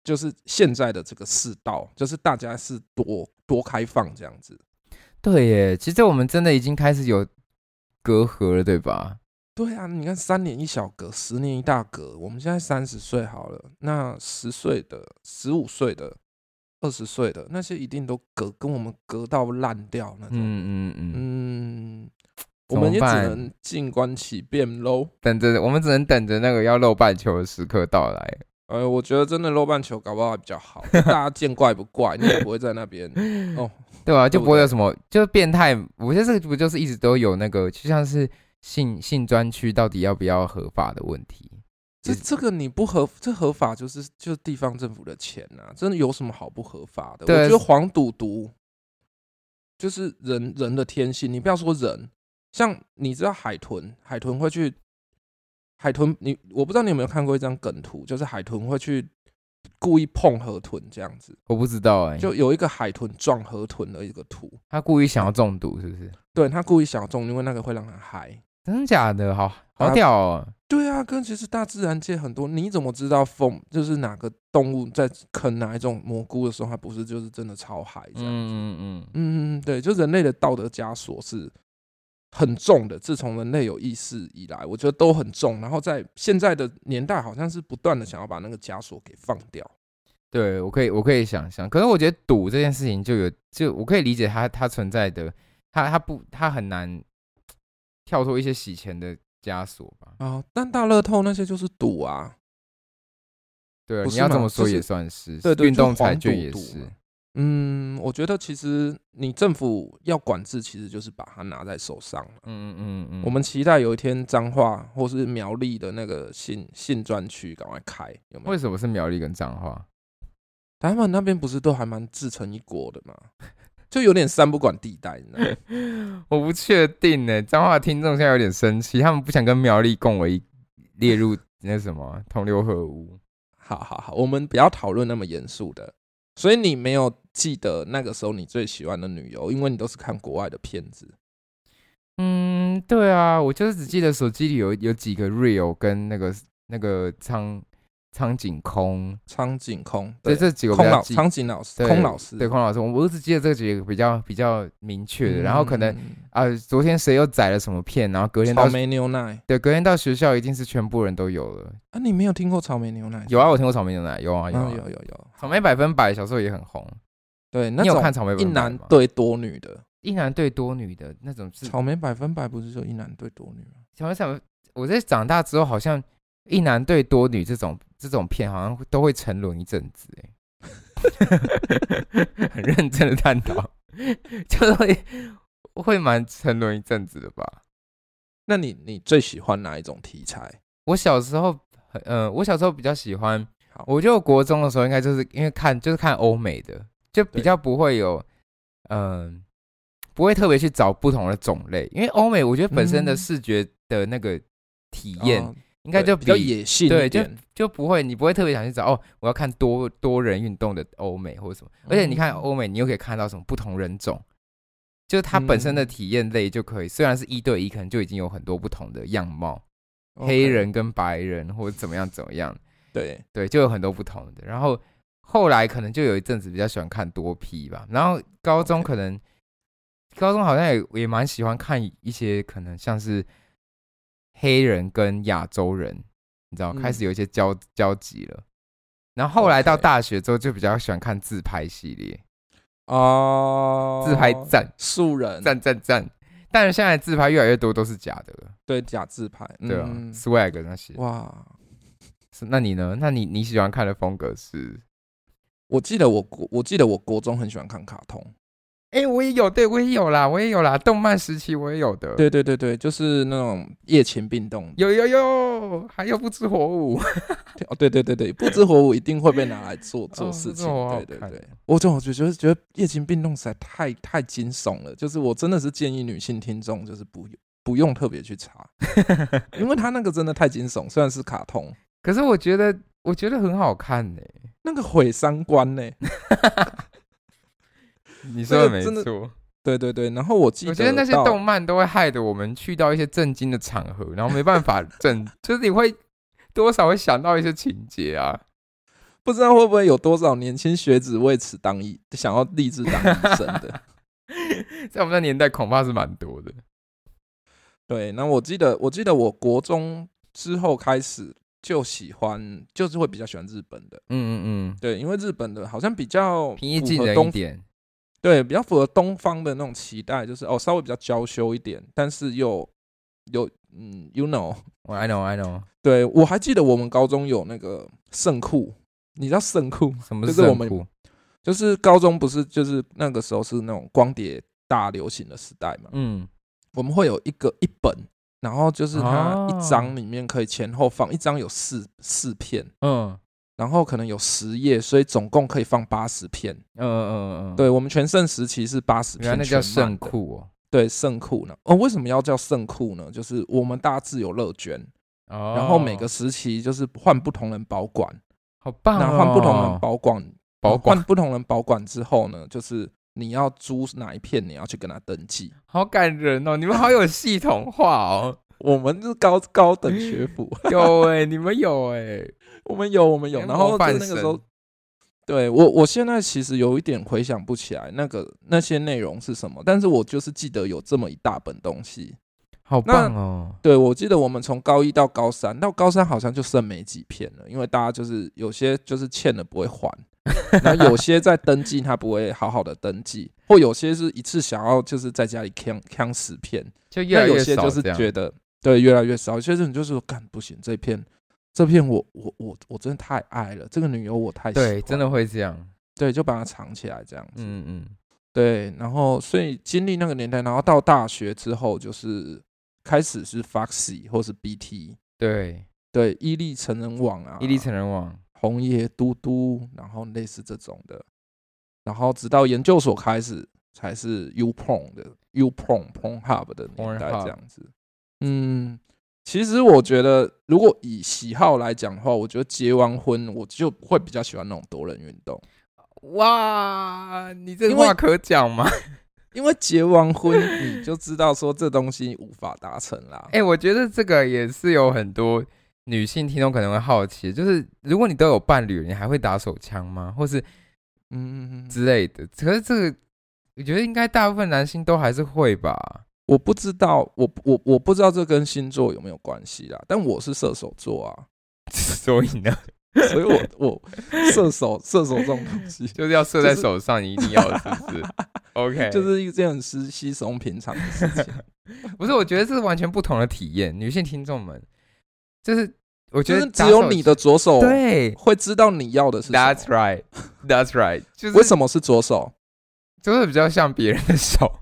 就是现在的这个世道，就是大家是多多开放这样子。对耶，其实我们真的已经开始有隔阂了，对吧？对啊，你看三年一小格，十年一大格。我们现在三十岁好了，那十岁的、十五岁的、二十岁的那些一定都隔跟我们隔到烂掉那种。嗯嗯。嗯嗯，我们也怎么只办能静观其变喽。等着我们只能等着那个要漏半球的时刻到来。呃，我觉得真的漏半球搞不好还比较好，大家见怪不怪，你也不会在那边哦。对吧、对就不不会对有什么，就是变态。我觉得这个不就是一直都有那个，就像是性性专区到底要不要合法的问题。这也是这个你不合，这合法就是就是地方政府的钱呐、真的有什么好不合法的？对我觉得黄赌毒就是人人的天性，你不要说人，像你知道海豚，海豚会去，海豚你我不知道你有没有看过一张梗图，就是海豚会去故意碰河豚这样子，我不知道哎、就有一个海豚撞河豚的一个图，他故意想要中毒是不是？对他故意想中，因为那个会让他嗨。真的假的？好好啊屌哦！对啊，跟其实大自然界很多，你怎么知道蜂就是哪个动物在啃哪一种蘑菇的时候，它不是就是真的超嗨这样？嗯嗯嗯嗯，嗯，对，就人类的道德枷锁是很重的。自从人类有意识以来，我觉得都很重。然后在现在的年代，好像是不断的想要把那个枷锁给放掉。对我可以我可以想象，可是我觉得赌这件事情就有就我可以理解它它存在的，它它不它很难跳脱一些洗钱的枷锁吧？啊、但大乐透那些就是赌啊，对啊，不你是要这嘛么就说是也算是，对对运就动彩黄赌券也毒是嘛。嗯，我觉得其实你政府要管制，其实就是把它拿在手上了。嗯嗯嗯嗯，我们期待有一天彰化或是苗栗的那个性性专区赶快开，有没为有？什么是苗栗跟彰化？他们那边不是都还蛮自成一国的嘛， 就有点三不管地带，你知道 吗？我不确定呢。彰化的听众现在有点生气，他们不想跟苗栗共为一列入那什么 同流合污。好好好，我们不要讨论那么严肃的。所以你没有记得那个时候你最喜欢的女优，因为你都是看国外的片子。嗯，对啊，我就是只记得手机里有有几个 real 跟那个那个苍苍井空，苍井空，对对，这几个比空较老记苍井老师，对空老师，对空老师，我我只记得这几个比较比较明确的，然后可能嗯啊、昨天谁又载了什么片，然后隔天到草莓牛奶对隔天到学校一定是全部人都有了。啊，你没有听过草莓牛奶？有啊，我听过草莓牛奶，有啊啊有啊，有有有，草莓百分百小时候也很红。对，那你有种看草莓百一分百男吗对多女的。一男对多女的那种是草莓百分百不是就一男对多女吗？想想，我在长大之后，好像一男对多女这种这种片，好像都会沉沦一阵子，哎， 很认真的探讨， 就是会会蛮沉沦一阵子的吧。那你你最喜欢哪一种题材？我小时候很，呃，我小时候比较喜欢好，我觉得我国中的时候，应该就是因为看就是看欧美的，就比对较不会有，嗯、不会特别去找不同的种类，因为欧美我觉得本身的嗯视觉的那个体验，哦应该对就比较野性对一点，就不会，你不会特别想去找哦，我要看多多人运动的欧美或者什么。而且你看哦嗯欧美，你又可以看到什么不同人种，就是它本身的嗯体验类就可以，虽然是一对一，可能就已经有很多不同的样貌，嗯 OK，黑人跟白人或者怎么样怎么样，对，对，就有很多不同的。然后后来可能就有一阵子比较喜欢看多批吧，然后高中 OK 可能高中好像也也蛮喜欢看一些可能像是黑人跟亚洲人，你知道嗯开始有一些交、交集了。然后后来到 OK 大学之后，就比较喜欢看自拍系列，哦，自拍赞素人，赞赞赞。但是现在自拍越来越多都是假的了，对假自拍，对啊、嗯 s w a g 那些。哇，是那你呢？那你你喜欢看的风格是？我记得我国，我记得我国中很喜欢看卡通，哎、我也有，对我也有啦，我也有啦，动漫时期我也有的。，对对对对，就是那种夜勤并动的，有有有，还有不知火舞。 哦，对对对对，不知火舞一定会被拿来做做 哦事这情，种好好对对看对，我就我就觉得觉得夜勤并动实在太太惊悚了，就是我真的是建议女性听众就是不用不用特别去 查，因为它那个真的太惊悚，虽然是卡通，可是我觉得，我觉得很好看呢、那个毁三观呢、你说的没错错，对对对，然后我记得我觉得那些到动漫都会害得我们去到一些震惊的场合，然后没 办法震，就是你会多少会想到一些情节啊。 不知道会不会有多少年轻学子为此当医想要立志当医生 的。在我们那年代，恐怕是蛮多的。对，那我记得，我记得我国中之后开始就喜欢，就是会比较喜欢日本的。嗯嗯嗯，对，因为日本的好像比较平易符近合人东一点。对，比较符合东方的那种期待，就是哦，稍微比较娇羞一点，但是又有嗯，you know， 我 I know I know，对我还记得我们高中有那个圣库，你知道圣库吗？什么这是圣我们库就是高中不是就是那个时候是那种光碟大流行的时代嘛，嗯，我们会有一个一本，然后就是它哦一张里面可以前后放，一张有四四片，嗯然后可能有十页，所以总共可以放八十片。嗯嗯嗯嗯，对我们全盛时期是八十片，原来那叫全圣满的。库哦。对圣库呢？哦，为什么要叫圣库呢？就是我们大致有乐捐，哦然后每个时期就是换不同人保管，好棒然后换不同人保管，哦保管换不同人保管之后呢，就是你要租哪一片，你要去跟他登记。好感人哦！你们好有系统化 哦。我们是高高等学 府，有哎、你们有哎、我们有，我们有。哎然后就模那范个生时候，对我我现在其实有一点回想不起来那个那些内容是什么，但是我就是记得有这么一大本东西。好棒哦！对我记得我们从高一到高三，到高三好像就剩没几片了，因为大家就是有些就是欠了不会还，然后有些在登记他不会好好的登记，或有些是一次想要就是在家里坑坑十片，就越那来有越些少就是这样觉得对越来越少，有些人就是说干不行，这片这片我我我我真的太爱了，这个女友我太喜对，欢真的会这样。对，就把它藏起来这样子。嗯嗯，对，然后所以经历那个年代，然后到大学之后就是开始是 Foxy 或是 BT，对，对，伊利成人网啊，伊利成人网，红叶嘟嘟，然后类似这种的，然后直到研究所开始才是 U Pong 的 U Pong Pong Hub 的年代 Pornhub 这样子。嗯，其实我觉得，如果以喜好来讲的话，我觉得结完婚我就会比较喜欢那种多人运动，哇，你这因为话可讲 吗？因为结完婚你就知道说这东西无法达成啦。哎、我觉得这个也是有很多女性听众可能会好奇，就是如果你都有伴侣，你还会打手枪吗？或是嗯，之类的？可是这个，我觉得应该大部分男性都还是会吧。 我不知道，我我我不知道这跟星座有没有关系啦，但我是射手座啊。所以呢，所以我 我射手射手这种东西，就是要射在就是手上，你一定要，是 不是？OK，就是一件很稀稀松平常的事情。不是？我觉得这是完全不同的体验。女性听众们，就是我觉就得是只打有手你的左手对会知道你要的是什，That's 么。 right，That's right，就是为什么是左手？就是比较像别人的手。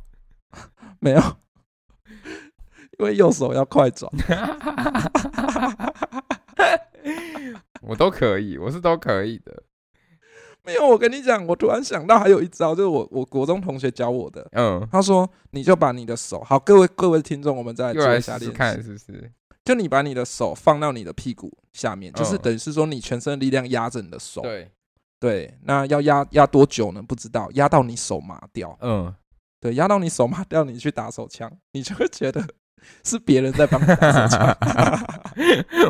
没有， 因为右手要快转。我都可以，我是都可以的。没有，我跟你讲，我突然想到还有一招，就是我我国中同学教我的。 嗯，他说：“你就把你的手，好，各位各位听众，我们再来又做来一下试试练看习。是不是？就你把你的手放到你的屁股下面，就是嗯等于是说你全身的力量压着你的手。对，对，那要压压多久呢？不知道，压到你手麻掉。嗯， 对，压到你手麻掉，你去打手枪，你就会觉得 是别人在帮你打手 枪。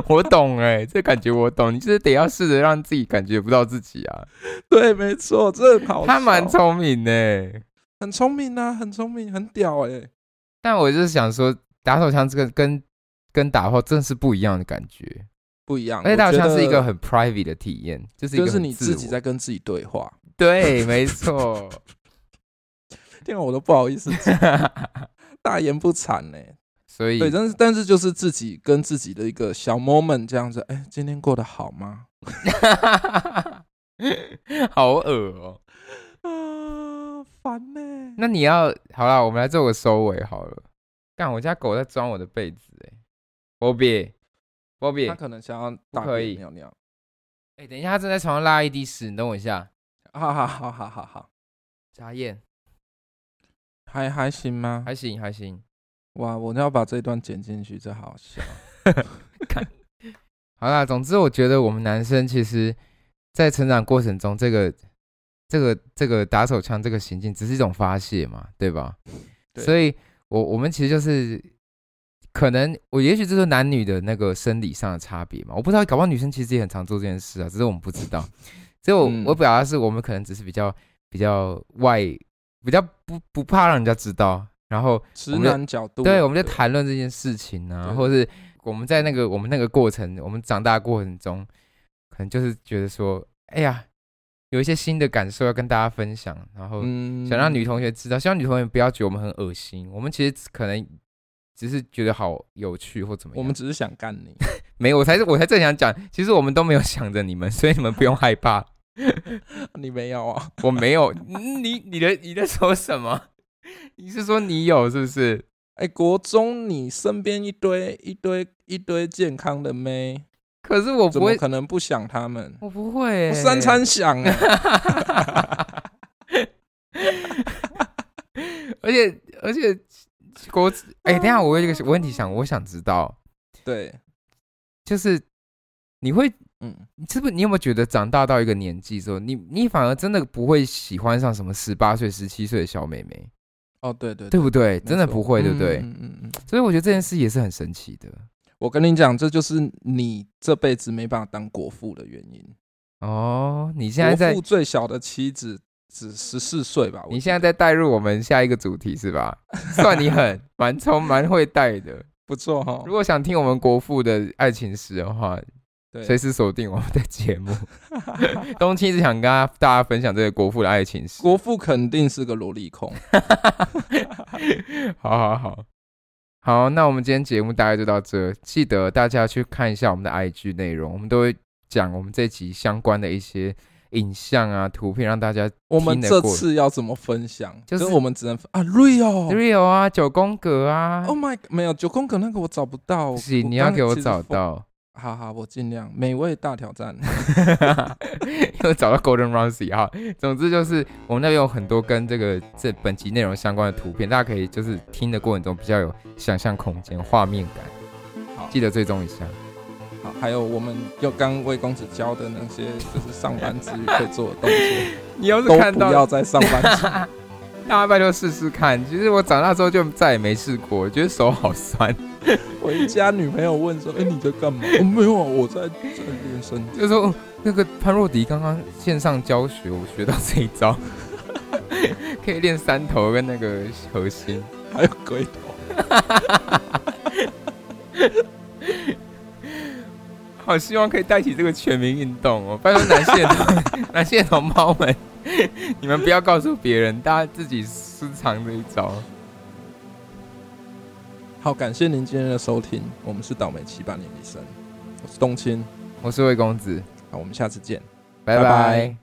我懂哎、这感觉我懂。你就是得要试着让自己感觉不到自己啊。对，没错，这很好笑，他蛮聪明呢、很聪明啊，很聪明，很屌哎、但我就是想说，打手枪这个跟跟打炮真是不一样的感觉，不一样。而且我打手觉枪是一得个很 private 的体验，就是一个就是很你自自己我在跟自己对话。对，没错。天啊，我都不好意思大言不惭呢、 所以对，但是但是就是自己跟自己的一个小 moment 这样子，哎、今天过得好吗？好恶哦、啊，烦呢、那你要好啦，我们来做个收尾好了。干，我家狗在钻我的被子哎、欸，波比，波比，他哎、可能想要大可以便尿尿。 等一下，它正在床上拉一滴屎，你等我一下。好好好好好好，家燕，还还行吗？还行还行。哇，我要把这一段剪进去，这好 笑。好啦，总之我觉得我们男生其实，在成长过程中，这个、这个、这个打手枪这个行径，只是一种发泄嘛，对吧？对所以我我们其实就是，可能我也许这是男女的那个生理上的差别嘛，我不知道，搞不好女生其实也很常做这件事啊，只是我们不知道。所以我、嗯我表达是我们可能只是比较比较外，比较不不怕让人家知道，然后直我们就男角度，对，我们在谈论这件事情呢、对或是我们在那个我们那个过程，我们长大过程中，可能就是觉得说，哎呀，有一些新的感受要跟大家分享，然后嗯想让女同学知道，希望女同学不要觉得我们很恶心，我们其实可能只是觉得好有趣或怎么我样。们只是想干你， 没有，我才是我才正想讲，其实我们都没有想着你们，所以你们不用害怕。你没有啊？我没有，嗯你你的你在说什么？ 你是说你有是不是？哎、国中你身边一堆一堆一堆健康的妹，可是我怎不么会，可能不想他们？我不会、欸，我三餐想、欸， 而且而且国哎、嗯等一下我有一个问题想，我想知道， 对，就是你会嗯，你是不是你有没有觉得长大到一个年纪之后，你你反而真的不会喜欢上什么十八岁、十七岁的小妹妹，哦，对对对不对？没真的错不会，对不对？嗯嗯嗯嗯。所以我觉得这件事也是很神奇的我跟你讲，这就是你这辈子没办法当国父的原因。哦。你现在在国父最小的妻子只十四岁吧？我你记现在得在带入我们下一个主题是吧？ 算你狠，蛮聪蛮会带的。不错哈如。果想听我们国父的爱情史的话，随对，时锁定我们的节目。 冬青一直想跟大家大家分享这个国父的爱情史。 国父肯定是个萝莉控。好好好，好，那我们今天节目大概就到这，记得大家去看一下我们的 IG 内容，我们都会讲我们这集相关的一些影像啊、图片，让大家我们听得这过次要怎么分享？就就是是我们只能分啊，Rio。 Rio 啊、九宫格啊， Oh my，没有九宫格那个我找不到，不我行，我你要刚给我其实找疯。到，好好，我尽量。美味大挑战， 又找到 Golden Ramsy 哈。总之就是我们那边有很多跟这个这本集内容相关的图片，大家可以就是听的过程中比较有想象空间、画面感，好记得追踪一下。好，还有我们就刚魏公子教的那些，就是上班之余可以做的动作，你要是都 看不到要再上班族。大家拜托试试看。其实我长大之后就再也没试过，我觉得手好酸， 我一家女朋友问说：“哎、你在干嘛？”我、没有啊，我在在练身体。就是说、哦那个潘若迪刚刚线上教学，我学到这一招， 可以练三头跟那个核心。还有龟头。好希望可以带起这个全民运动哦！拜托男性 的男性的同胞们，你们不要告诉别人，大家自己私藏这一招。好，感谢您今天的收听，我们是倒霉七八年级生，我是冬青，我是魏公子，好，我们下次见。拜拜拜拜